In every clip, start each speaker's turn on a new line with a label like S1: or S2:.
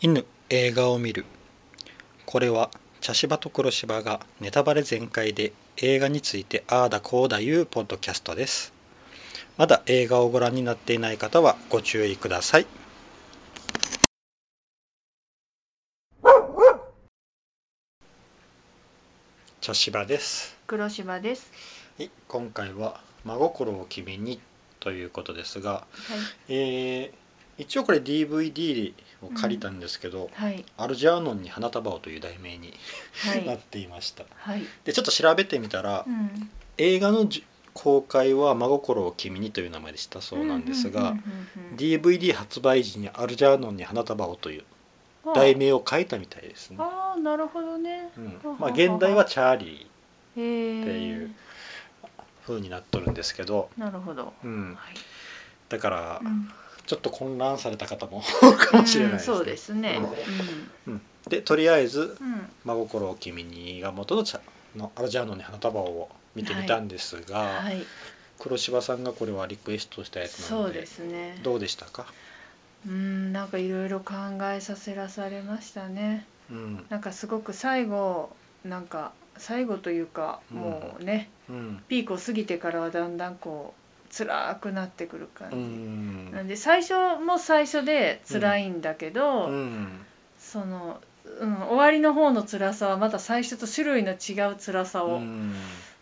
S1: 犬映画を見るこれは茶芝と黒芝がネタバレ全開で映画についてああだこうだいうポッドキャストですまだ映画をご覧になっていない方はご注意ください茶芝です
S2: 黒島です。
S1: はい今回は「真心を君に」ということですが、
S2: は
S1: えー一応これ DVD を借りたんですけど、
S2: い。はい。
S1: アルジャーノンに花束をという題名に
S2: は
S1: なっ
S2: い。
S1: ていました
S2: はい。
S1: でちょっと調べてみたら、
S2: うん。
S1: 映画のじ公開は「真心を君に」という名前でしたそうなんですが、
S2: うんうんうんうん
S1: DVD 発売時に「アルジャーノンに花束を」という
S2: うん
S1: 題名を変えたみたいですね、
S2: ああ、なるほどね。
S1: うん
S2: はは
S1: まあ、現代は「チャーリ
S2: へ
S1: ー」
S2: え。
S1: っていう風になっとるんですけど、
S2: なるほど。
S1: うん、
S2: はい。
S1: だから
S2: うん
S1: ちょっと混乱された方も多いかもしれない
S2: うん
S1: ですね、
S2: そうですね。
S1: うんでとりあえず
S2: うん。うん。
S1: 「真心を君に」が元のチャのアルジャーノンに花束を見てみたんですが、
S2: はい。
S1: 黒柴さんがこれはリクエストしたやつな
S2: そ
S1: の
S2: う
S1: で
S2: ですね。
S1: どうでしたか、
S2: うん、なんかいろいろ考えさせらされましたね。
S1: うん
S2: なんかすごく最後、なんか最後というか、もうね、
S1: うん
S2: ピークを過ぎてからはだんだんこう辛くなってくる感
S1: う
S2: じ。
S1: ん
S2: なんで最初も最初で辛いんだけど、
S1: うん
S2: その、うん、終わりの方の辛さはまた最初と種類の違う辛さ
S1: う
S2: を
S1: ん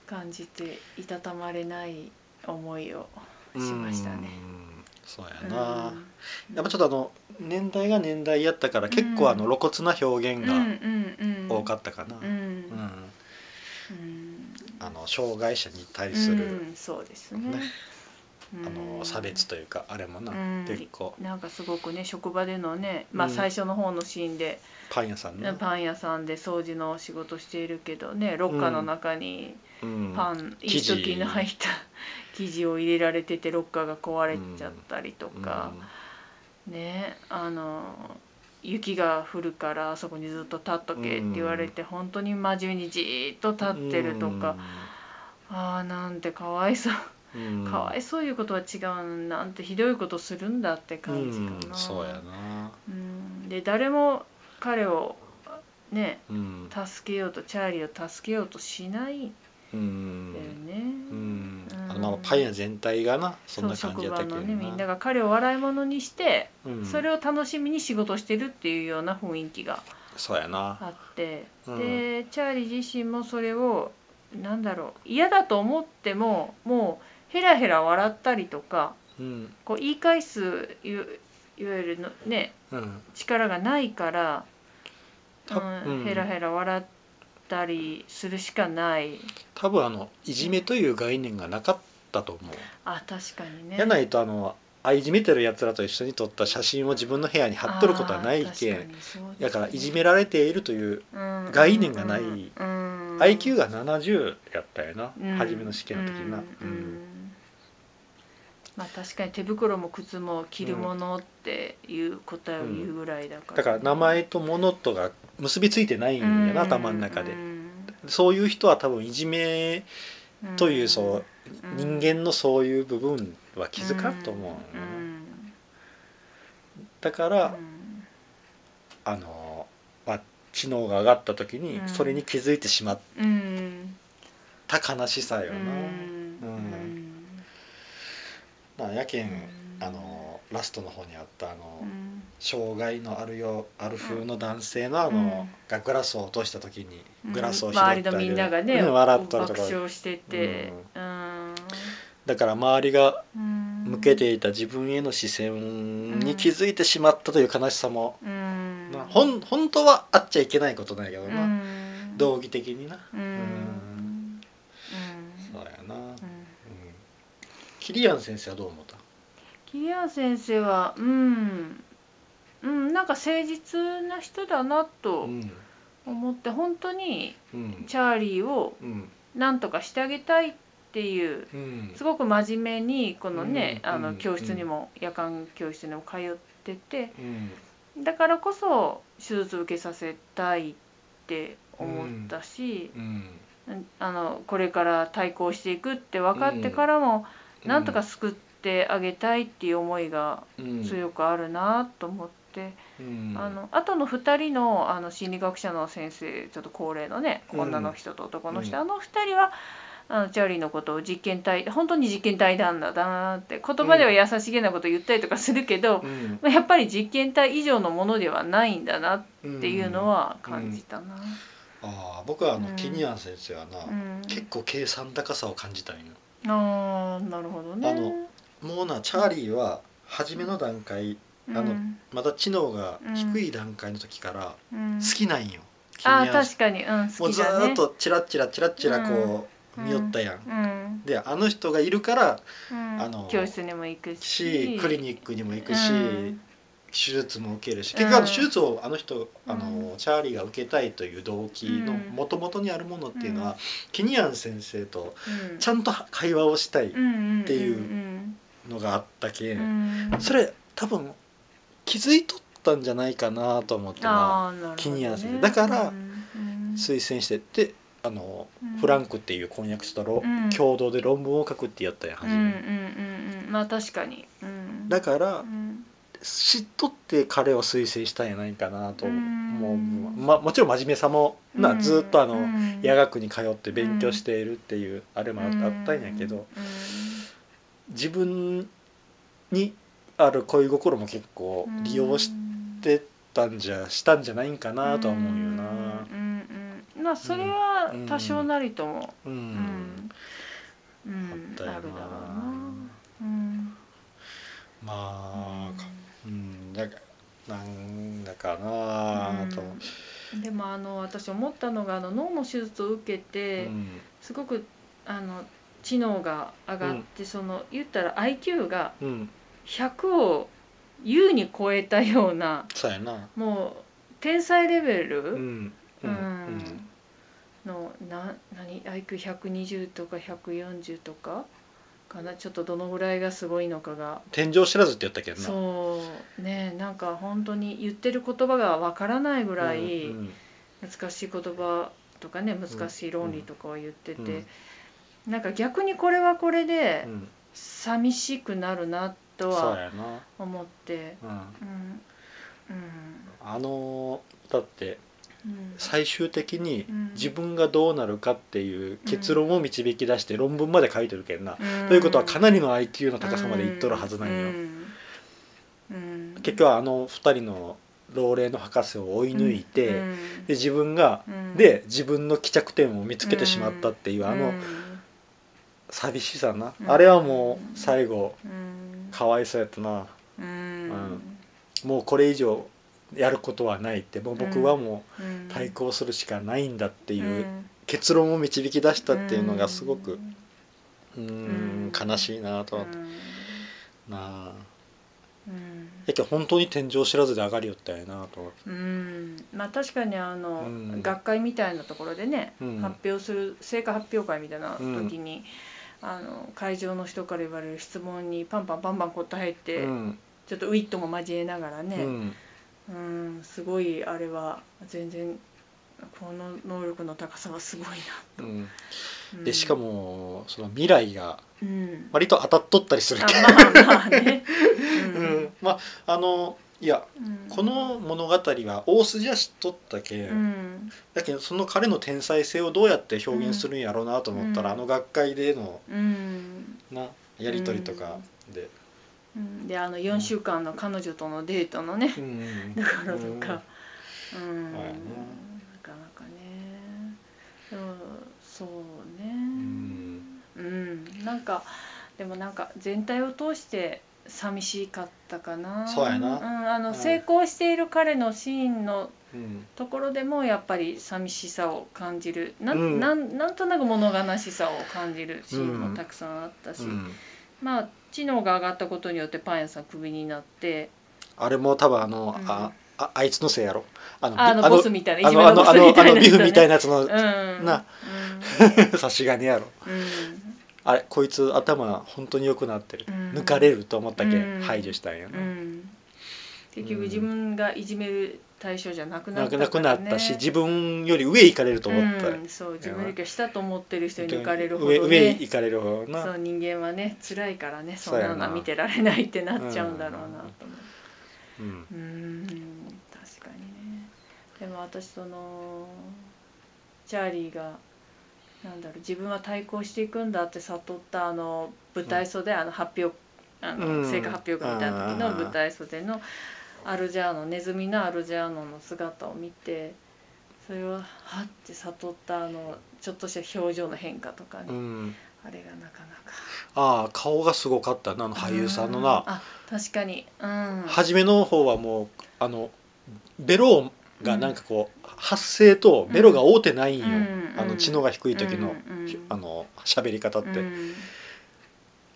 S2: 感じていたたまれない思いをしました
S1: う
S2: ね。
S1: んそうや
S2: うん
S1: な、やっぱちょっとあの年代が年代やったから結構あの
S2: うん
S1: 露骨な表現が多か
S2: っ
S1: ったかな、
S2: たうん
S1: うん
S2: うん
S1: あの障害者に対する、
S2: うんそうですね
S1: ね
S2: うん
S1: あの差別というかあれもな、
S2: うん
S1: 結構
S2: なんかすごくね職場でのね、まあ、
S1: うん
S2: 最初の方のシーンで、
S1: パン屋さんの、
S2: パン屋さんで掃除の仕事しているけどねロッカーの中に、
S1: うん、
S2: パンい
S1: 生地
S2: い時の入った生地を入れられててロッカーが壊れちゃったりとか、ねあの雪が降るからあそこにずっと立っとけって言われて、本当に真面目にじーっと立ってるとか、ああなんてかわいそ
S1: う
S2: う、
S1: ん、
S2: かわいそういうことは違うなんてひどいことするんだって感じかな。
S1: うん、そうやな、
S2: うんで誰も彼をね
S1: うん
S2: 助けようとチャーリーを助けようとしないん
S1: う
S2: だよ
S1: ん
S2: ね。
S1: うん
S2: うん
S1: あのまあパン屋全体がなそんな
S2: そう
S1: 感じやったけど
S2: 職場のねみんなが彼を笑い物にして、
S1: うん
S2: それを楽しみに仕事してるっていうような雰囲気が
S1: そうやな
S2: あって、
S1: うん
S2: でチャーリー自身もそれをなんだろう嫌だと思ってももうヘラヘラ笑ったりとか
S1: うん
S2: こう言い返すいわいわゆるのね
S1: うん
S2: 力がないから、
S1: た
S2: う
S1: うん
S2: ん、ヘラヘラ笑ったりするしかない
S1: 多分あのいじめという概念がなかったと思う、
S2: あ確かにね。
S1: やないとあのあいじめてるやつらと一緒に撮った写真を自分の部屋に貼っとることはないけ
S2: あー
S1: ん
S2: 確かにそうですね
S1: だからいじめられているという概
S2: 概
S1: 念がない
S2: ん
S1: IQ が70やったよな、
S2: うん
S1: 初めの試験の時な、
S2: うんうんまあ確かに手袋も靴も着るものっていう答えを言うぐらいだから、
S1: だから名前と物とが結びついてないんやな、頭の中で、そういう人は多分いじめというそう人間のそういう部分は気づかんと思うのよな、だから、あの、まあ、知能が上がった時に
S2: うん
S1: それに気づいてしまっ
S2: うんうん
S1: た悲しさよ
S2: う
S1: な、う
S2: んうんん
S1: まあやけん、
S2: うん
S1: あのラストの方にあったあの、
S2: うん
S1: 障害のあるよある風の男性のあの、
S2: うん
S1: がグラスを落とした時に
S2: うん
S1: グラスを拾ってあ
S2: 周
S1: げ
S2: り
S1: る
S2: のみんながね
S1: うん笑っとると
S2: 爆
S1: ころ
S2: 笑してて、うん
S1: だから周りが
S2: うん
S1: 向けていた自分への視線に気づいてしまったという悲しさも、
S2: うん
S1: なほん本当はあっちゃいけないことなんやけどな、
S2: うん
S1: 道義的にな、
S2: うん
S1: うん
S2: うん
S1: そうやな、うん
S2: うん
S1: キリアン先生はどう思った
S2: キリアン先生はうん、うん、なんか誠実な人だな
S1: う
S2: と
S1: ん
S2: 思って本当に
S1: うん
S2: チャーリーを
S1: うん
S2: なんとかしてあげたいっていう
S1: うん
S2: すごく真面目にこのね、
S1: うん
S2: あ
S1: う
S2: の
S1: ん
S2: 教室にも、夜間教室にも通ってて
S1: うん
S2: だからこそ手術を受けさせたいって思ったし、
S1: うん
S2: あのこれから対抗していくって分かってからも、なんとか救ってあげたいっていう思いが
S1: うん
S2: 強くあるなと思っって、
S1: うん
S2: あのあとの2人のあの心理学者の先生ちょっと高齢のね
S1: うん
S2: 女の人と男の人、
S1: うん
S2: あの2人はあのチャーリーのことを実験体本当に実験体なんだなって言葉では優しげなこと言ったりとかするけど、
S1: うん
S2: まあやっぱり実験体以上のものではないんだなっていうのは感じたな。
S1: ああ僕はあ
S2: う
S1: の
S2: ん
S1: キニアン先生はな、
S2: うん
S1: 結構計算高さを感じたんよ
S2: あーなるほどね。
S1: あのもうなチャーリーは初めの段階
S2: うん
S1: あのまだ知能が低い段階の時から
S2: うん
S1: 好きなんよ、キニ
S2: あ
S1: アン
S2: ー確かに、うん、
S1: も
S2: 好
S1: う
S2: き
S1: ず
S2: だね。
S1: ーっとチラッチラチラッチラこう
S2: うん
S1: 見よったやん、
S2: うん
S1: であの人がいるから
S2: うん
S1: あの
S2: 教室にも行くし
S1: しクリニックにも行くし、
S2: うん
S1: 手術も受けるし
S2: うん
S1: 結局あの手術をあの人、あ
S2: う
S1: のチャーリーが受けたいという動機の
S2: うん
S1: もともとにあるものっていうのは、
S2: うん
S1: キニアン先生と
S2: うん
S1: ちゃんと会話をしたい
S2: って
S1: いう
S2: うん
S1: のがあったけ、
S2: うんうんうん
S1: それ多分気づいとったんじゃないかなと思ってな
S2: あーなるほどね
S1: 気に合わせてだから
S2: うんうん
S1: 推薦してってあの、
S2: うん
S1: フランクっていう婚約者とろ、
S2: うん
S1: 共同で論文を書くってやったやん
S2: う
S1: 初
S2: んう
S1: め、
S2: んうんうんまあ確かに、うん、
S1: だから、
S2: うん
S1: 知っとって彼を推薦したんやないかなと思う、
S2: うん
S1: ま、もちろん真面目さもな、
S2: うん
S1: ずっとあの、
S2: うん
S1: 夜学に通って勉強しているっていうあれもああったんやけど、自分にある恋心も結構
S2: うん
S1: 利用してたんじゃしたんじゃないんかなとは思うよな。
S2: うんうんまあそれは
S1: うん
S2: 多少なりとも
S1: うん、
S2: うん、うん
S1: あったよ
S2: あ
S1: な
S2: るだろうなうん
S1: まあ、うん、だからなんだかなと思う、
S2: うんでもあの私思ったのがあの脳の手術を受けて、
S1: うん
S2: すごくあの知能が上がって、その言ったら IQ が
S1: うん、
S2: 100を優に超えたような
S1: そうやな。
S2: もう天才レベ
S1: う
S2: ル
S1: ん、
S2: う
S1: うん、
S2: んの、な何 IQ120 とか140とかかなちょっとどのぐらいがすごいのかが
S1: 天井知らずって言ったけどな。
S2: そうねなんか本当に言ってる言葉がわからないぐ
S1: ぐ
S2: らい難しい言葉とかね難しい論理とかを言ってて、なんか逆にこれはこれで。
S1: うん、
S2: 寂しくなるなと
S1: そう
S2: は
S1: やな。
S2: 思って
S1: うん、
S2: うん
S1: あのーだって
S2: うんうん
S1: 最終的に
S2: うん
S1: 自分がどうなるかっていう結論を導き出して論文まで書いてるけんな。
S2: うん
S1: ということはかなりの IQ の高さまでいっとるはずなんよ。
S2: うんうん
S1: 結局はあの二人の老齢の博士を追い抜いて、
S2: うん
S1: で自分が
S2: うん
S1: で自分の帰着点を見つけてしまったっていうあ
S2: う
S1: の
S2: ん
S1: 寂しさな、
S2: うん
S1: あれはもう最後
S2: うん
S1: かわいそうやったな
S2: うん
S1: うんもうこれ以上やることはないってもう僕はも
S2: うん
S1: う対抗するしかないんだっていううん結論を導き出したっていうのがすごく
S2: うん
S1: うーん悲しいなと思ってなあ
S2: うん
S1: やけど本当に天井知らずで上がりよったんやなと思って
S2: うんまあ確かにあの、
S1: うん
S2: 学会みたいなところでね、
S1: うん
S2: 発表する成果発表会みたいな時に、あの会場の人から言われる質問にパンパンパンパン答えて、
S1: うん
S2: ちょっとウィットも交えながら
S1: う
S2: ね、
S1: ん
S2: うん、すごいあれは全然この能力の高さはすごいな
S1: う
S2: と。
S1: ん
S2: うん
S1: でしか、もその未来が
S2: うん、
S1: 割と当たっとったりする
S2: あ
S1: け
S2: まあまあね。
S1: ど、 うん、まああのいや
S2: うん
S1: この物語は大筋は知っとったけ、
S2: うん
S1: だけどその彼の天才性をどうやって表現するんやろうなと思ったら、
S2: うん
S1: あの学会での
S2: うん
S1: なやり取りとかで、
S2: うん、であの4週間の彼女とのデートのね、
S1: うん
S2: だからとか、うん、
S1: まあね
S2: なかなかね、でもそう
S1: う
S2: ね、
S1: ん
S2: うん、なんかでもなんか全体を通して寂しかったかな。
S1: そうやな
S2: うん、あの、
S1: うん
S2: 成功している彼のシーンの
S1: うん
S2: ところでもやっぱり寂しさを感じる、なん、
S1: うん
S2: なんなんとなく物悲しさを感じるシーンもたくさんあったし、
S1: うん
S2: まあ知能が上がったことによってパン屋さんクビになって。
S1: あれも多分あの、
S2: うん
S1: あああいつのせいやろあの
S2: あの
S1: ビ
S2: ボスみたいな、
S1: あ
S2: いじ
S1: の
S2: め
S1: あ
S2: のボ
S1: の
S2: ス
S1: あ
S2: み
S1: の
S2: た
S1: あ
S2: い
S1: の
S2: なやつだね。
S1: ビフみたいなやつの
S2: うん。
S1: な 差し金やろあれこいつ頭本当に良くなってる、
S2: うん
S1: 抜かれると思ったけ、
S2: うん
S1: ん、排除したんや
S2: うん。う
S1: な、
S2: ん。結局自分がいじめる対象じゃなくな
S1: な
S2: った
S1: く
S2: から
S1: な
S2: ね。
S1: くなったし自分より上行かれると思った、
S2: うん、そう自分よりか下と思ってる人に抜かれるほど、ね、
S1: 上上行かれるほどな
S2: そう人間はね辛いからねそん
S1: そう
S2: な
S1: やな
S2: の見てられないってなっちゃうんだろうなと思
S1: うん
S2: う。うん。でも私そのチャーリーがなんだろう自分は対抗していくんだって悟ったあの舞台袖、あの発表あ
S1: う
S2: の
S1: ん
S2: 成果発表会みたいな時の
S1: あー
S2: 舞台袖のアルジャーノネズミのアルジャーノの姿を見てそれをはって悟ったあのちょっとした表情の変化とかね、
S1: うん、
S2: あれがなかなか
S1: ああ顔がすごかったなあの俳優さんのな
S2: あ確かにうん
S1: 初めの方はもうあのベロがなんかこう、発声とベロが合うてないんよ、
S2: うん
S1: あの知能が低い時の、
S2: うんうん
S1: あの喋り方って、
S2: うん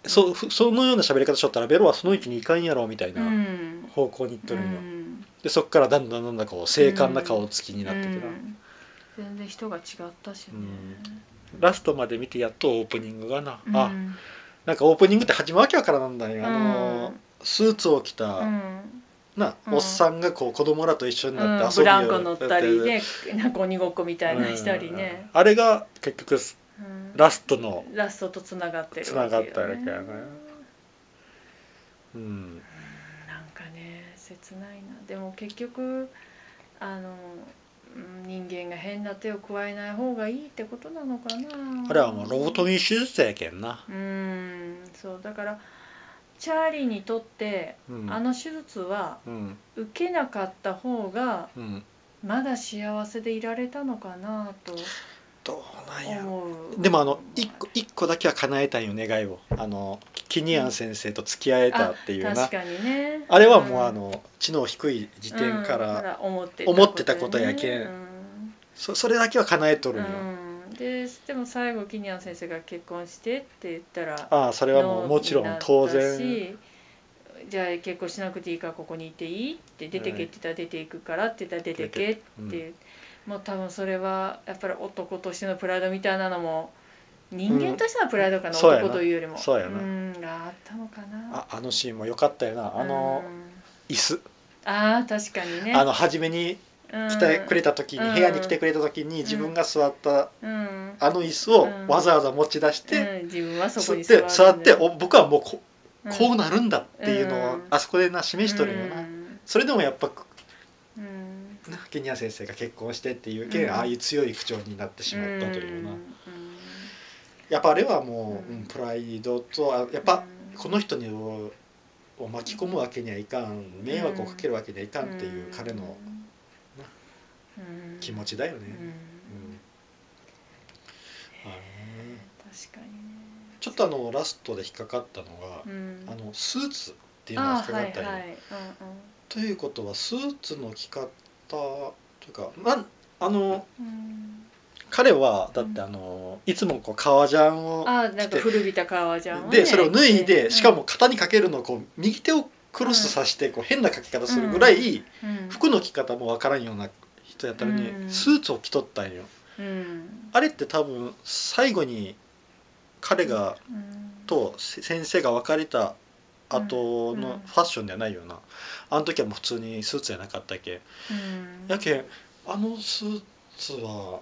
S1: そふそのような喋り方しとったらベロはその域にいかんやろみたいうなん方向にいっとるんよ、
S2: うん
S1: でそっからだんだんだんだんこう精悍な顔つきになっててな、
S2: うん全然人が違ったしね
S1: ラストまで見てやっとオープニングがな、
S2: うん
S1: あなんかオープニングって始まるわけやからなんだよ、あの
S2: うん
S1: スーツを着た、
S2: うん
S1: な、
S2: うん
S1: おっさんがこう子供らと一緒にな
S2: う
S1: っ
S2: ん
S1: て
S2: ブ
S1: 遊び
S2: ラ
S1: を
S2: ンコ乗ったり
S1: や
S2: ねなんか鬼ごっこみたいなのしたり
S1: うん
S2: ね、
S1: あれが結局
S2: うん
S1: ラストの
S2: ラストとつながってる
S1: つながったわ
S2: わ
S1: け
S2: け
S1: や
S2: よ
S1: ね
S2: ね
S1: うん
S2: なんかね切ないなでも結局あのうん人間が変な手を加えない方がいいってことなのかな
S1: あれはもうロボト
S2: ミ
S1: ミー手術やけんな、
S2: うんそうだからチャーリーにとって
S1: うん、
S2: あの手術は
S1: うん
S2: 受けなかった方が
S1: うん
S2: まだ幸せでいられたのかなと
S1: どうなんや
S2: 思う
S1: でもあの一個一個だけは叶えたいよ願いをあのキニアン先生と付き合えたっていうな、
S2: 確かにね
S1: あれはもうあ
S2: ん
S1: の知能低い時点から、
S2: うんから思って
S1: 思ってたことやけん
S2: ねうん
S1: そそれだけは叶えとるんよ、
S2: うん、ででも最後キニアン先生が結婚してって言ったら
S1: ああそれはもうもちろん当
S2: ノーに
S1: 然
S2: なったしじゃあ結婚しなくていいからここにいていいって出てけって言ったら出ていくからって言ったら出てけって、
S1: うん
S2: もう多分それはやっぱり男としてのプライドみたいなのも人間としてのプライドかな、
S1: うんそうやな
S2: 男というよりも
S1: そうやなん
S2: があったのかな
S1: ああのシーンも良かったよなあの
S2: うん
S1: 椅子、
S2: あー確かにね
S1: あの初めに来てくれた時に、
S2: うん
S1: 部屋に来てくれた時に
S2: ん
S1: 自分が座った
S2: うん、
S1: あの椅子を
S2: うん
S1: わざわざ持ち出して、
S2: うん、自分はそ
S1: 座
S2: こ
S1: っ
S2: に
S1: て
S2: る
S1: 座ってお僕はもうここう
S2: っ
S1: なるんだっていうのを
S2: うん
S1: あそこでな示しとるんよな、それでもやっぱ
S2: うん
S1: なケニア先生が結婚してっていうけ、
S2: うん
S1: ああいう強い口調になってしまったというような、
S2: ん
S1: やっぱあれはもう、
S2: うん
S1: うんプライドとあやっぱ
S2: うん
S1: この人にをを巻き込むわけにはいかん迷惑をかけるわけにはいかんっていう彼のな
S2: うん
S1: 気持ちだよ
S2: うん
S1: ね、うんあのね
S2: 確かに
S1: ちょっとあのラストで引っかかったのが、
S2: ねうん
S1: あのスーツっていうのが引
S2: あ
S1: っか
S2: は
S1: か
S2: い
S1: ったり、
S2: はい
S1: ということはスーツの着方というかまあの
S2: うんうん
S1: 彼はだってあの、いつもこう革ジャンを
S2: あなんか古びた革ジャンをね
S1: でそれを脱いで、
S2: うん
S1: しかも肩にかけるのをこう右手をクロスさせてこう変なかけ方するぐらい、
S2: うん
S1: 服の着方もわからんような人やったのに、
S2: うん
S1: スーツを着とったんよ。
S2: うん
S1: あれって多分最後に彼が
S2: うん
S1: とせ先生が別れた後
S2: うん
S1: のファッションではないよな、あの時はもう普通にスーツじゃなかったっけ
S2: うん
S1: やけんあのスーツは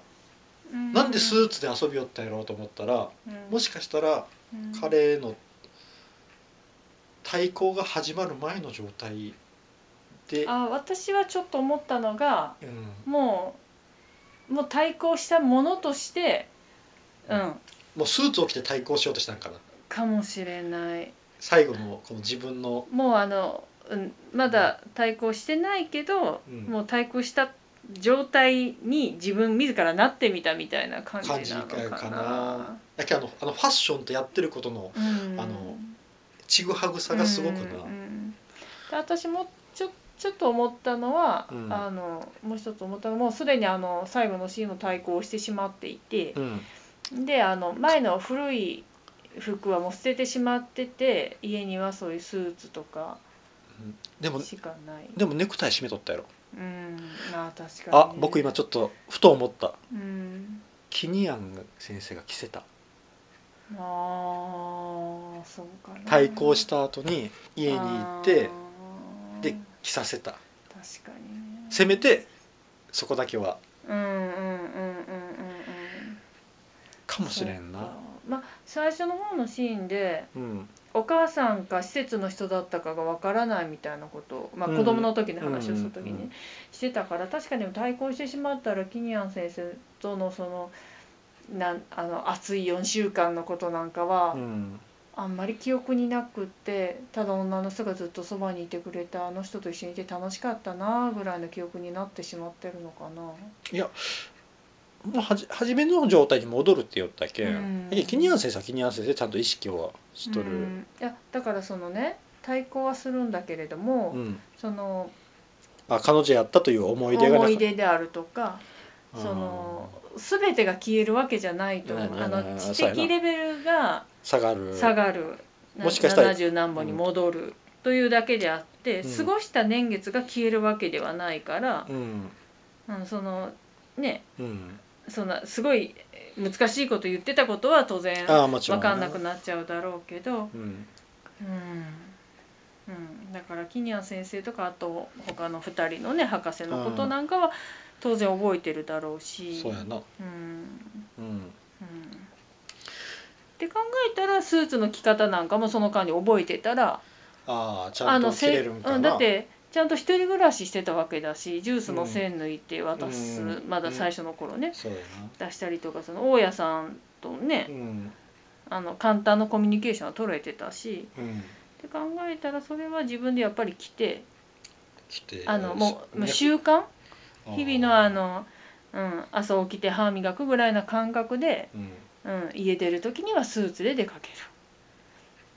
S2: う
S1: なんでスーツで遊びよったんやろうと思ったら
S2: うん
S1: もしかしたら
S2: うん
S1: 彼の対抗が始まる前の状態で、
S2: あ私はちょっと思ったのが
S1: うん、
S2: もうもう対抗したものとしてうん
S1: もうスーツを着て対抗しようとしたんかな
S2: かもしれない
S1: 最後のこの自分の
S2: もうあの、うん、まだ対抗してないけど、
S1: うん
S2: もう対抗した状態に自分自らなってみたみたいな感じ
S1: 感じ
S2: な
S1: か
S2: のかな。
S1: な。だけどあのあのファッションとやってることの
S2: うん、
S1: あのちぐはぐさがすごくな、
S2: うんうんで私もちょちょっと思ったのは、
S1: うん
S2: あのもう一つ思ったのはもうすでにあの最後のシーンの対抗をしてしまっていて、
S1: うん
S2: であの前の古い服はもう捨ててしまってて家にはそういうスーツとか
S1: でも
S2: しかない。
S1: でもネクタイ締めとったやろ、
S2: うん、まあ確かに、
S1: あ僕今ちょっとふと思った
S2: うん
S1: キニアン先生が着せた
S2: ああそうかな
S1: 対抗した後に家に行って
S2: あー
S1: で着させた
S2: 確かにね
S1: せめてそこだけは
S2: うんうんうんうんうんうん
S1: かもしれんな
S2: そうかまあ最初の方のシーンで
S1: うん
S2: お母さんか施設の人だったかがわからないみたいなことを、まあ、
S1: うん
S2: 子供の時の話をする時に
S1: うんうんうん
S2: ねしてたから確かに対抗してしまったらキニアン先生とのそのなんあの熱い4週間のことなんかは
S1: うん
S2: あんまり記憶になくってただ女の人がずっとそばにいてくれたあの人と一緒にいて楽しかったなぐらいの記憶になってしまってるのかな。
S1: もうはじ初めの状態に戻るって言ったけ、
S2: うん
S1: えキニアン先生はキニアン先生ちゃんと意識はしと
S2: う
S1: る
S2: んいやだからそのね対抗はするんだけれども、
S1: うん、
S2: その
S1: あ彼女やったという思い出がなか
S2: 思い出であるとかその全てが消えるわけじゃないと思う
S1: うんうんう
S2: あ
S1: ん
S2: の知
S1: そうやな
S2: 的レベルが
S1: 下がる
S2: 下がる、な
S1: もしかしたら
S2: 70何本に戻る、というだけであって、
S1: うん
S2: 過ごした年月が消えるわけではないから
S1: う、ん
S2: うん、そのね
S1: うん
S2: そんなすごい難しいこと言ってたことは当然
S1: ああもちろん
S2: 分かんなくなっちゃうだろうけど。
S1: うん
S2: うんうん、だからキニアン先生とかあと他の2人のね博士のことなんかは当然覚えてるだろうし、
S1: そうやな
S2: うんうん、っ
S1: うん
S2: て考えたらスーツの着方なんかもその間に覚えてたら
S1: ああちゃ
S2: あ
S1: んと
S2: の
S1: 切れるんかな
S2: うん、だってちゃんと一人暮らししてたわけだしジュースの栓抜いて渡す、
S1: うん
S2: まだ最初の頃ね、
S1: そうや
S2: 出したりとかその大家さんとね
S1: な、うん
S2: あの簡単なコミュニケーションは取れてたし
S1: うん
S2: って考えたらそれは自分でやっぱり着て
S1: 来て
S2: あのもうもう
S1: ね
S2: 習慣
S1: ああ
S2: 日々のあの、うん、朝起きて歯磨くぐらいな感覚で、
S1: うん
S2: うん、家出る時にはスーツで出かけるっ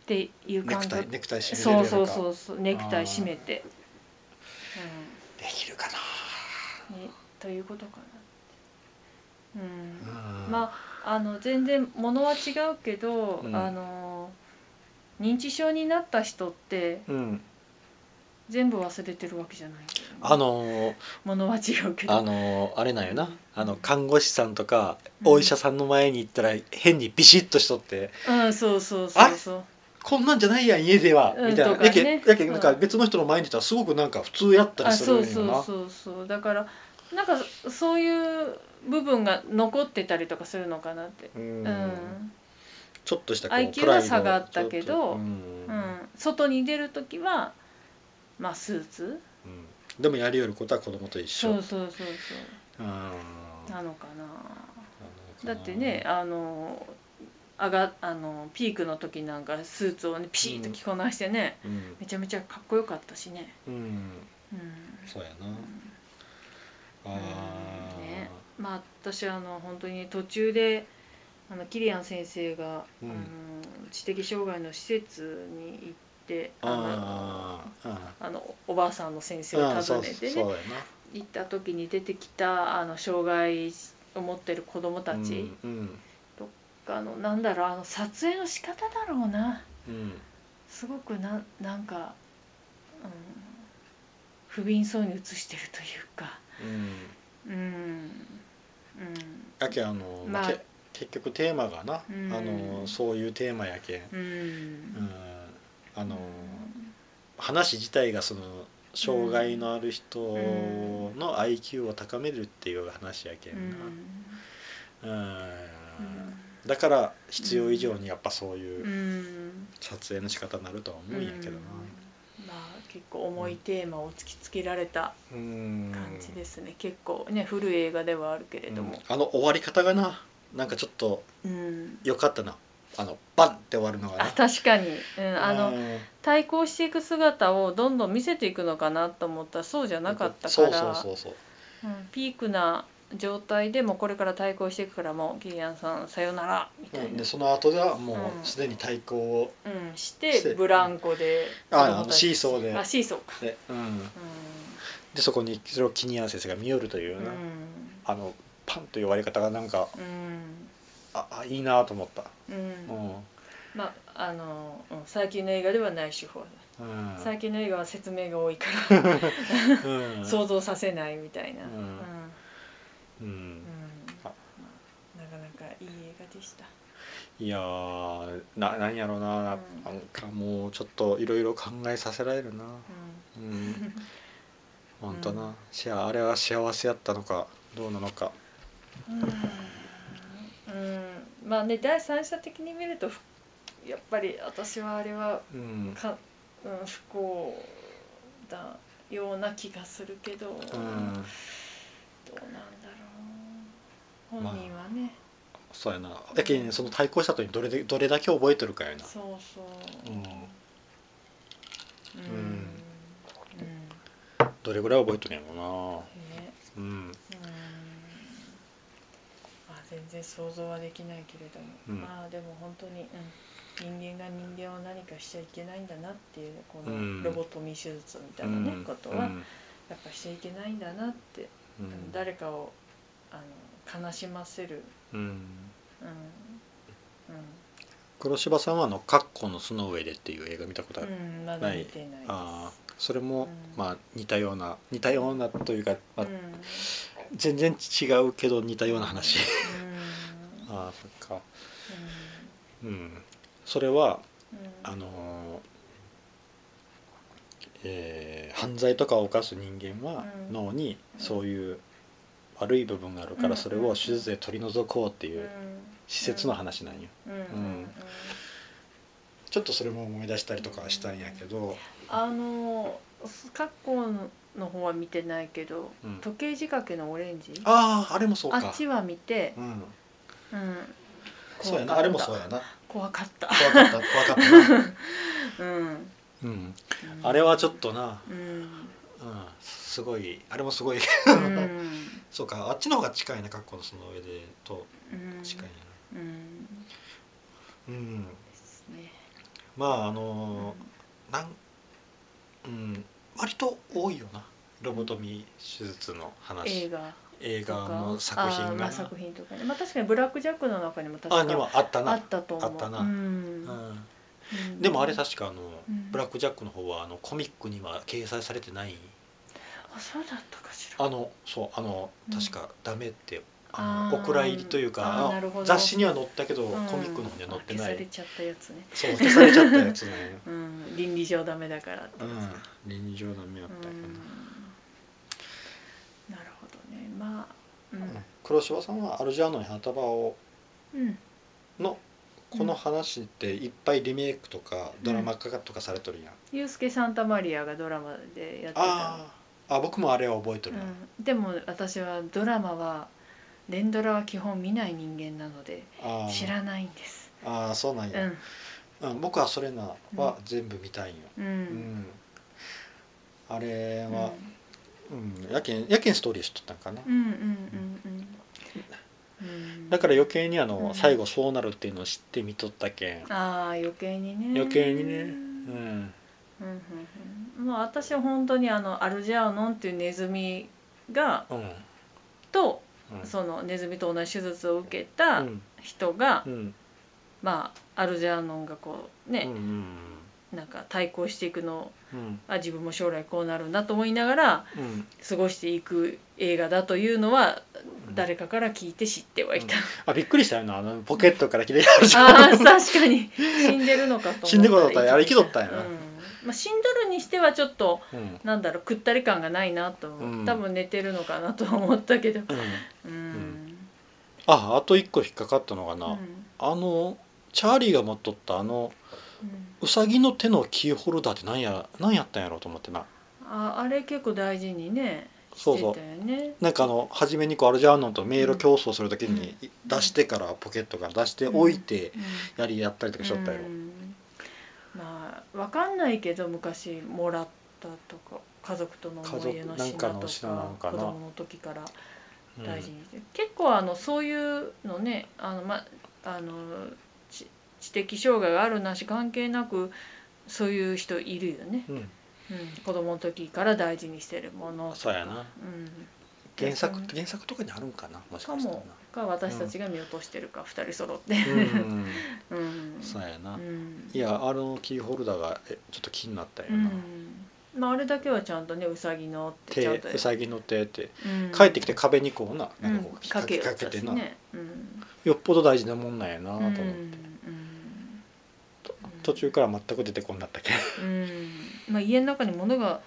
S2: ていう
S1: ネ
S2: 感
S1: クタイ
S2: 覚
S1: ネクタイ締
S2: そ
S1: めれ
S2: う
S1: る
S2: そう
S1: か
S2: そうそうネクタイ
S1: あー
S2: 締めて、
S1: できるか
S2: うんね、ということかな、うん
S1: なうん
S2: まああの全然ものは違うけど、
S1: うん
S2: あの認知症になった人って
S1: うん
S2: 全部忘れてるわけじゃないけどね
S1: あのー
S2: ものは違うけど
S1: あのーあれなんよなあの
S2: うん
S1: 看護師さんとか
S2: うん
S1: お医者さんの前に行ったら変にビシッとしとって
S2: うんそうそうそうそう
S1: こんなんじゃないやん家では
S2: うん
S1: みたいな
S2: とか
S1: や
S2: ね
S1: けやけ
S2: うん
S1: なんか別の人の前にいたらすごくなんか普通やったりするん
S2: あ
S1: よ
S2: そうそう
S1: な
S2: そうそうだからなんかそういう部分が残ってたりとかするのかなって、
S1: う
S2: うんんうん
S1: ちょっとしたこう
S2: IQ
S1: プライド
S2: は下がったけど
S1: ちょっとうん
S2: 外に出る時はまあスーツ
S1: うんでもやりよることは子供と一緒
S2: そうそうそう
S1: うん
S2: そうなのか
S1: な
S2: なだってねあの上があのピークの時なんかスーツをねピシッと着こなしてね、
S1: うん
S2: めちゃめちゃかっこよかったしね
S1: うん
S2: うん
S1: そうやな
S2: うん
S1: あー
S2: ねまあ私あの本当に途中であのキリアン先生が、
S1: うん
S2: あの知的障害の施設に行ってあ
S1: あーあ
S2: のあのおばあさんの先生
S1: ー
S2: を
S1: あーそ
S2: 訪
S1: う
S2: ね
S1: そう
S2: て
S1: や
S2: ね
S1: な
S2: 行った時に出てきたあの障害を持ってる子どもたち
S1: うんうん
S2: が、あのなんだろうあの撮影の仕方だろうな
S1: うん
S2: すごくななんか、うん、不憫そうに写してるというか。
S1: うん
S2: うん
S1: やけんあの、
S2: まあ
S1: け結局テーマがな、
S2: うん
S1: あのそういうテーマやけん、
S2: うんうん
S1: うん、あの話自体がその障害のある人の IQ を高めるっていう話やけ
S2: うん
S1: な、う
S2: ん
S1: んだから必要以上にやっぱそう
S2: う
S1: いうん撮影の仕方になるとは思うんやけどな、
S2: まあ結構重いテーマを突きつけられた
S1: うん、
S2: 感じですね、結構ね古い映画ではあるけれど
S1: う
S2: も
S1: ん、あの終わり方がななんかちょっと
S2: うん、
S1: 良かったなあのバンって終わるのが
S2: あ
S1: な
S2: 確かに、うん、あ
S1: う
S2: の
S1: ん
S2: 対抗していく姿をどんどん見せていくのかなと思ったらそうじゃなかったから
S1: そうそうそうそう
S2: うんピークな状態でもうこれから対抗していくからもうキリアンさんさよならみたいな、
S1: でその後ではも
S2: うん
S1: うすでに対抗を、
S2: うん、し
S1: して
S2: てブランコで
S1: ああのシーソーで
S2: あシーソーか、
S1: で,、うん、
S2: う
S1: でそこにそれをキニアン先生が見よるというん
S2: う
S1: な、
S2: ん
S1: あのパンという終わり方がなんか
S2: うん
S1: ああいいなと思った、
S2: うん
S1: うんうん
S2: まああのうん最近の映画ではない手法だ、最近の映画は説明が多いか
S1: う
S2: ら
S1: ん
S2: 想像させないみたいな、
S1: うん
S2: うんうん
S1: うん、
S2: ま
S1: あ
S2: あなかなかいい映画でした
S1: いやーな何やろうなな
S2: うん
S1: なんかもうちょっといろいろ考えさせられるなう
S2: うん
S1: ん本当
S2: う
S1: なんしああれは幸せやったのかどうなのか
S2: うん、うんまあね第三者的に見るとふやっぱり私はあれは
S1: うん
S2: か、うん、不幸だような気がするけど、
S1: うん
S2: どうなんだろう本人はね、
S1: そうやなやけにその対抗した時にどれでどれだけ覚えとるかやな
S2: そうそう
S1: うん
S2: うん、
S1: う
S2: うんん
S1: どれぐらい覚えとるんやろ
S2: ね
S1: うなうん
S2: うんまあ全然想像はできないけれども、
S1: うん
S2: まあでも本当に、うん、人間が人間を何かしちゃいけないんだなっていうこ
S1: うん
S2: のロボトミー手術みたいなね、
S1: うん
S2: こと
S1: う
S2: は
S1: ん
S2: やっぱしちゃいけないんだなって、
S1: うん
S2: うん誰かをあの悲しませる、
S1: うん
S2: うんうん
S1: 黒柴さんはあの「カッコの巣の上で」っていう映画見たことある、
S2: うん、まだ見てないです。
S1: ああそれも、
S2: うん
S1: まあ似たような似たようなというか、まあ
S2: うん、
S1: 全然違うけど似たような話
S2: うん
S1: ああそっかうんそれは
S2: うん
S1: あのーえー犯罪とかを犯す人間は
S2: うん
S1: 脳に
S2: うん
S1: そういう悪い部分があるから
S2: うん
S1: それを手術で取り除こうって
S2: う
S1: いうん施設の話なんよ
S2: うんうんうん
S1: ちょっとそれも思い出したりとかしたんやけど
S2: あの過去の方は見てないけど、
S1: うん
S2: 時計仕掛けのオレンジ
S1: あああれもそう
S2: あ
S1: か
S2: っちは見て
S1: う、ん
S2: うん、
S1: そうやなあれもそうやな
S2: 怖かった
S1: 怖かった怖かったな
S2: うん、うん
S1: うんあれはちょっとな
S2: うん、
S1: うんすごいあれもすごい
S2: うん
S1: そうかあっちの方が近いな格好のその上でと
S2: うん
S1: 近いな
S2: うん
S1: うん
S2: ですね
S1: まああ
S2: うん
S1: のーなんうん割と多いよなロボトミー手術の話
S2: 映画
S1: 映
S2: と
S1: 画
S2: か
S1: の作
S2: あ
S1: 品
S2: ーま
S1: が
S2: あ、作品とかね、まあ、確かに「ブラック・ジャック」の中にも確
S1: あに
S2: か
S1: はあった
S2: あ
S1: な
S2: ったと思う
S1: あったな
S2: うん
S1: うん
S2: うん
S1: でもあれ確かあの
S2: うん
S1: ブラック・ジャックの方はあのコミックには掲載されてない
S2: あそうだったかしら
S1: あのそうあの
S2: うん
S1: 確かダメってあの
S2: あー
S1: お蔵入りというか
S2: あー
S1: あの
S2: なるほど
S1: 雑誌には載ったけど
S2: うん
S1: コミックの方には載って
S2: あ
S1: な
S2: 消され
S1: い
S2: ちゃったやつね
S1: そう消されちゃったや つね
S2: うん倫理上ダメだからって
S1: う
S2: やつ
S1: ん臨場ダメやっ
S2: うん
S1: たよな
S2: なるほどねまあう
S1: うん
S2: ん、
S1: 黒柴さんはアルジャーノンに花束を
S2: うん、
S1: のこの話っていっぱいリメイクとか
S2: うん
S1: ドラマ化とかされとるやん、
S2: ユースケ・サンタマリアがドラマでやってた
S1: あーあ僕もあれは覚えと
S2: う
S1: るな、
S2: ん、でも私はドラマは連ドラは基本見ない人間なので
S1: あー
S2: 知らないんです
S1: あーそうなん
S2: う
S1: や、
S2: ん
S1: うん僕はそれなは全部見たいんよ、
S2: う
S1: うん
S2: ん
S1: あれ
S2: うん
S1: は、うんやけんやけんストーリーしとったんかな、
S2: うんうんうんうんうん
S1: だから余計にあの、
S2: うん
S1: 最後そうなるっていうのを知って見とったけん、
S2: ああ余計にね
S1: 余計にねうん
S2: うんうんうんもう私は本当にあのアルジャーノンっていうネズミが
S1: うん
S2: と
S1: うん
S2: そのネズミと同じ手術を受けた
S1: うん
S2: 人が、
S1: うん
S2: まあアルジャーノンがこう
S1: うんう
S2: ね、
S1: ん
S2: なんか対抗していくのを
S1: うん
S2: あ自分も将来こうなるんだと思いながら
S1: うん
S2: 過ごしていく映画だというのは
S1: うん
S2: 誰かから聞いて知ってはいた、
S1: あびっくりしたよなあのポケットから切れたじゃん
S2: ああ確かに死んでるのかと思った
S1: 死んでこなかったらあれ生きとったんやな
S2: うんまあ、死んどるにしてはちょっと
S1: うん
S2: なんだろうくったり感がないなと思う、
S1: うん
S2: 多分寝てるのかなと思ったけど
S1: うん
S2: うん、
S1: ああと一個引っかかったのがな、
S2: うん
S1: あのチャーリーが持っとったあの
S2: うん
S1: ウサギの手のキーホルダーって何や何やったんやろうと思ってな
S2: ああれ結構大事にね
S1: そうそう
S2: してたよね
S1: なんかあの初めにこうアルジャーノンと迷路競争するときに
S2: うん
S1: 出してからポケットから出しておいて
S2: う
S1: やりやったりとかしとったやろ、
S2: んまあわかんないけど昔もらったとか家族との思い出の
S1: 家族なんか
S2: 品
S1: の
S2: と
S1: 品なのかな
S2: か子供の時から
S1: うん
S2: 大事にして、結構あのそういうのねあの、ま、あの知知的障害があるなし関係なくそういう人いるよね、
S1: うん
S2: うん、子供の時から大事にしてるものとか
S1: そうやな
S2: うん、
S1: 原作
S2: うん
S1: 原作とかにあるんかなもし
S2: か
S1: かしたらな
S2: もか私たちが見落としてるか、二人揃って
S1: う ん
S2: うん
S1: そうやな、
S2: うん
S1: いやあのキーホルダーがえちょっと気になったよ
S2: う
S1: な、
S2: んまああれだけはちゃんとねうさぎのってちゃ
S1: 手
S2: んと
S1: ウサギの手って
S2: うん
S1: 帰ってきて壁にこうな
S2: う
S1: なん
S2: ん
S1: かこう引っ
S2: か
S1: 掛
S2: け
S1: け
S2: よ
S1: か
S2: う
S1: け
S2: と
S1: て
S2: し
S1: な、
S2: ねうん
S1: よっぽど大事なもんなんやなと
S2: う
S1: 思って、
S2: んうん
S1: 途中から全く出てこんなったっけ
S2: うんまあ家の中に物が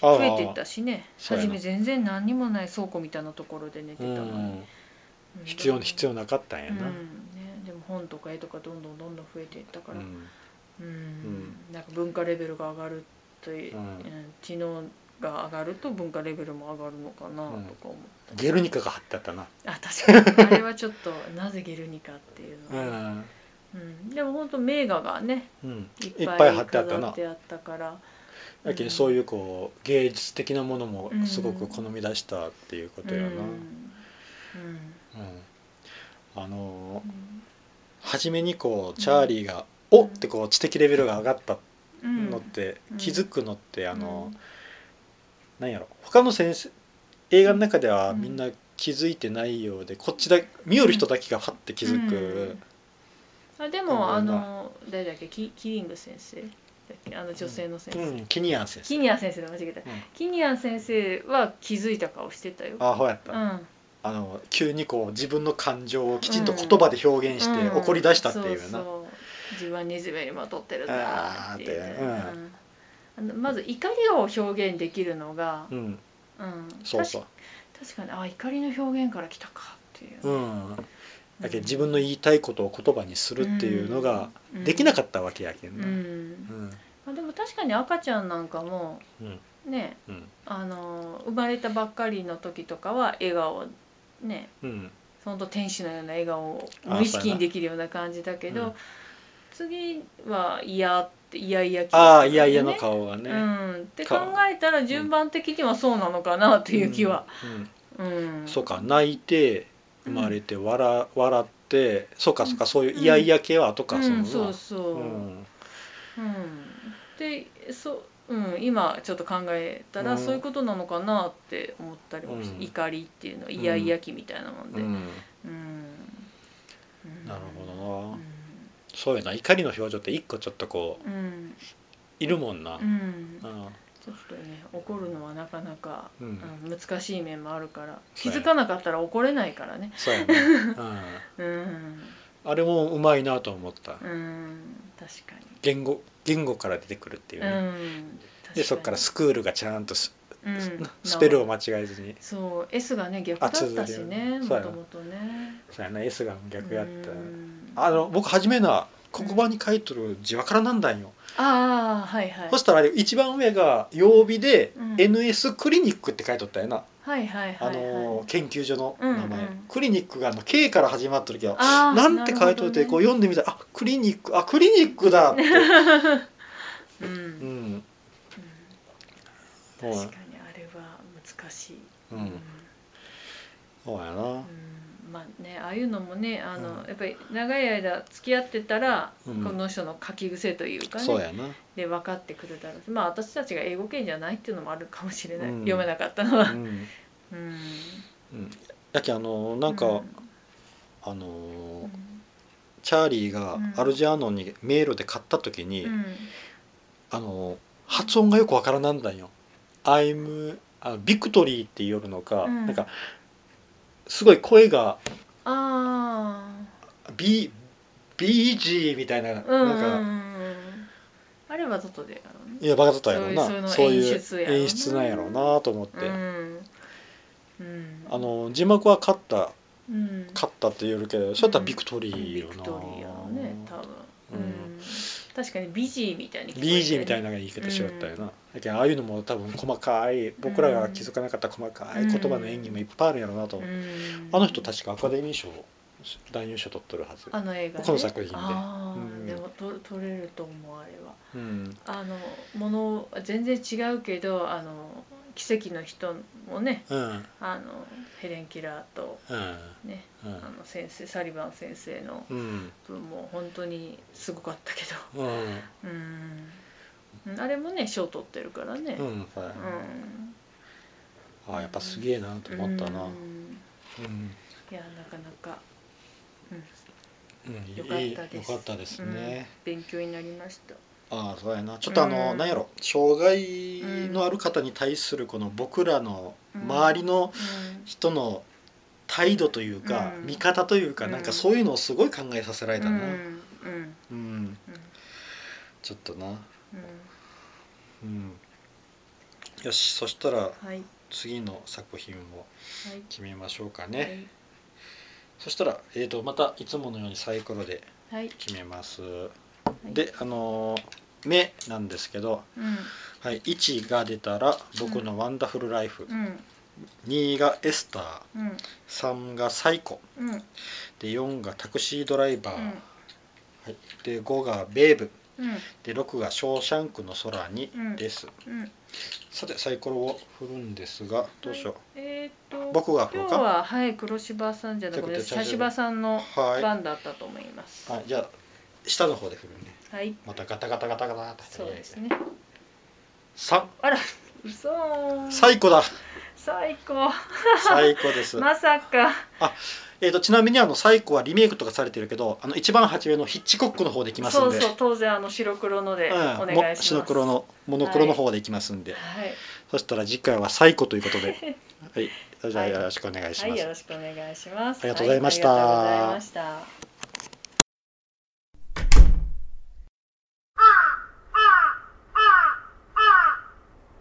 S1: ああ
S2: 増えてったしね
S1: そうや
S2: 初
S1: な
S2: め全然何にもない倉庫みたいなところで寝て
S1: う
S2: たのに
S1: ん、必要必
S2: 要
S1: 要なかったんやな、
S2: うんねでも本とか絵とかどんどんどんどん増えていったか
S1: う
S2: ら、
S1: ん
S2: うんなんか文化レベルが上がるという、
S1: うん
S2: うん知能が上がると文化レベルも上がるのかなとか思った、
S1: ゲルニカが貼ってあったな
S2: あ確 かにあれはちょっとなぜゲルニカっていう
S1: う
S2: のは、
S1: ん、
S2: うんでも本当名画がね
S1: うん、
S2: い
S1: いっ
S2: っ
S1: ぱ
S2: ぱ
S1: い
S2: い
S1: 貼っ
S2: 貼ってて
S1: あ
S2: あ
S1: っ
S2: ったた
S1: な
S2: から
S1: だけどそういうこう芸術的なものもすごく
S2: うん
S1: 好み出したっていうことやな、
S2: うん
S1: うん、あのー
S2: うん
S1: 初めにこ
S2: ん
S1: うチャーリーが「
S2: うん
S1: おっ!」てこう知的レベルが上がった
S2: うん
S1: のって、
S2: うん
S1: 気づくのってあ
S2: う
S1: の
S2: ん
S1: ー、なんやろ他の先生映画の中では
S2: うん
S1: みんな気づいてないようでこっちだ見よる人だけがファッて気づく、
S2: あで
S1: うん
S2: もあの誰だっけキキリング先生だっけあの女性の先
S1: う
S2: 生、
S1: んキニアン先生
S2: キニアン先生だ間違えた、
S1: うん
S2: キニアン先生は気づいた顔してたよ
S1: あほうやった、
S2: うん
S1: あの急にこう自分の感情をきちんと言葉で表現して
S2: うん
S1: 怒り出したっていう
S2: そ
S1: な、
S2: そう自分は煮詰めにまとってるんだっていう、
S1: あーって
S2: うんあのまず怒りを表現できるのが、
S1: うん
S2: うん、
S1: そうそう
S2: 確確かにあ怒りの表現から来たかっていう、
S1: うんだけど自分の言いたいことを言葉にするっていうのができなか
S2: っ
S1: ったわけやけん
S2: た
S1: な、
S2: うん
S1: うん
S2: まあ、でも確かに赤ちゃんなんかも
S1: うん
S2: ね
S1: うん
S2: あの生まれたばっかりの時とかは笑顔ね
S1: うん
S2: ほんと天使のような笑顔を
S1: あ
S2: 無意識にできるような感じだけ
S1: う
S2: ど、
S1: ん
S2: 次は嫌って嫌々気がするよね
S1: ああいやいやの顔がね、
S2: うん、って考
S1: か
S2: えたら順番的にはそうなのかなっていう気は、
S1: うん
S2: うん
S1: そうか泣いて生まれて笑,、笑ってそうかそうかそういうイヤイヤ系は後か、
S2: う
S1: その
S2: ん、
S1: な
S2: そうそ
S1: う
S2: う、うん
S1: ん
S2: でそう、うん、今ちょっと考えた
S1: う
S2: ら
S1: ん
S2: そういうことなのかなって思ったりもし、
S1: うん
S2: 怒りっていうのはイヤイヤ期みたいなもん
S1: う
S2: で、う
S1: ん
S2: んうん
S1: なるほどな、そうやな怒りの表情って一個ちょっとこう
S2: うん、うん
S1: いるもんな、
S2: うん
S1: う、ん
S2: ちょっとね怒るのはなかなか、
S1: うん
S2: うん、難しい面もあるから
S1: そ
S2: 気
S1: うや
S2: づかなかったら怒れないからね
S1: そうやね、うん、
S2: うん
S1: あれもうまいなと思った
S2: うん確かに
S1: 言語言語から出てくるっていうね、
S2: うん
S1: でそっからスクールがちゃんとス,、
S2: うん
S1: スペルを間違えずに
S2: そう S がね逆だったしね
S1: あ
S2: も
S1: そうや
S2: ともとね
S1: そうやな S が逆やった
S2: うん
S1: あの僕初めな黒板に書いとる字わからなんだんよ、
S2: ああはいはい
S1: そしたらあれ一番上が曜日で
S2: うん
S1: NS クリニックって書いとったよな、
S2: はいはいは
S1: あ
S2: いはい
S1: の研究所の名前、
S2: うんうん
S1: クリニックがあの K から始まっとるけど
S2: あー
S1: なんて書いといて、こう読んでみたらあクリニックあクリニック だって、
S2: なるほどねうん
S1: う
S2: うん
S1: んそう
S2: 確
S1: や
S2: かにあれは難しい
S1: うんそうやな、
S2: うんまあねああいうのもねあの、
S1: うん
S2: やっぱり長い間付き合ってたら、
S1: うん
S2: この人の書き癖というかね
S1: そうやな
S2: で分かってくるだろうしまあ私たちが英語圏じゃないっていうのもあるかもしれない、
S1: うん
S2: 読めなかったのは
S1: う。ん
S2: うん
S1: うんやけんあのなんか、
S2: うん
S1: あの
S2: う
S1: ー
S2: ん
S1: チャーリーが
S2: うん
S1: アルジャーノンに迷路で買った時に、
S2: うん
S1: あの発音がよくわからなんだんよ。I'm あビクトリーって言るのか、
S2: うん
S1: なんかすごい声が
S2: あ
S1: B BG みたいな、
S2: あ、うんうんう
S1: な
S2: んうん
S1: か
S2: ん、あれは外でやろう
S1: いやバカだったやろ
S2: そういう
S1: な、
S2: そ
S1: そう
S2: の
S1: い
S2: 演
S1: う
S2: 出やろな
S1: 演出なんやろうなと思って、
S2: ね。うんうん、
S1: あ、の字幕は勝った
S2: うん、
S1: 勝ったって言るけど、そうやったらビクトリー
S2: ビ
S1: よな。
S2: クトリーやろうね多分、
S1: う
S2: うんん確かにビジーみたいに聞こえてね
S1: BG みたいなのが言い方しよったよな、だけどああいうのも多分細かい僕らが気づかなかった細かい言葉の演技もいっぱいあるんやろうなと、
S2: うん
S1: あの人確かアカデミー賞男優賞取っとるはず、
S2: あの映画、ね、
S1: この作品で
S2: あー
S1: うん
S2: でもと撮れると思うあれは
S1: うん
S2: あのもの全然違うけどあの奇跡の人もね
S1: うんうん
S2: あのヘレン・キラーとね
S1: うん
S2: あの先生サリバン先生の
S1: うん
S2: 分も本当にすごかったけ
S1: うん
S2: どうんうんあれもね賞取ってるからね
S1: うんそうや
S2: う
S1: なんああやっぱすげえなと思ったな
S2: う
S1: うんん、
S2: いやなかなか、うん、
S1: うん、
S2: よかった
S1: いい
S2: で
S1: よ
S2: す
S1: かったですね、
S2: うん勉強になりました
S1: ああそうやなちょっとあの、
S2: うん
S1: なんやろ障害のある方に対するこの僕らの周りの人の態度というか、
S2: うん
S1: 見方というか、
S2: うん
S1: なんかそういうのをすごい考えさせら
S2: う
S1: れ
S2: ん
S1: たな、
S2: うんう
S1: う
S2: ん
S1: ん
S2: うん
S1: ちょっとな、
S2: う
S1: うん、よしそしたら
S2: んはい
S1: 次の作品を
S2: はい
S1: 決めましょうかね、
S2: はい
S1: そしたら、えー、とまたいつものようにサイコロで
S2: はい、
S1: 決めます、
S2: い
S1: であのー目なんですけど、
S2: うん
S1: はい、1が出たら僕のワンダフルライフ、
S2: うん
S1: 2がエスター
S2: うん
S1: 3がサイコ
S2: うんうん
S1: で4がタクシードライバー、はい、で5がベーブ
S2: うん
S1: で6がショーシャンクの空に
S2: うん
S1: です、
S2: うん
S1: さてサイコロを振るんですがどうしよ
S2: はいえーっと
S1: 僕が振ろ
S2: 今
S1: う
S2: 日
S1: か
S2: ははい黒柴さんじゃなくて
S1: じゃあ
S2: 茶柴さんの
S1: うはい、
S2: 番だったと思います
S1: はい、じゃあ下の方で振るね
S2: はい
S1: またガタガタガタガタって
S2: そうですね
S1: 3
S2: あら嘘ー
S1: サイコ だ
S2: 最高
S1: サイコです、
S2: まさか
S1: えー、とちなみにあのサイコはリメイクとかされてるけどあの一番初めのヒッチコックの方でいきます
S2: そ
S1: ん
S2: う
S1: で
S2: そう当然あの白黒のでお願
S1: うん
S2: いし
S1: も
S2: ます、
S1: 白黒のモノクロの方でいきますんで、
S2: はい
S1: そしたら次回はサイコということ ではいそれじゃあよろしくお願いします、
S2: はいよろしくお願いします
S1: ありがとうございました
S2: はありがとうございました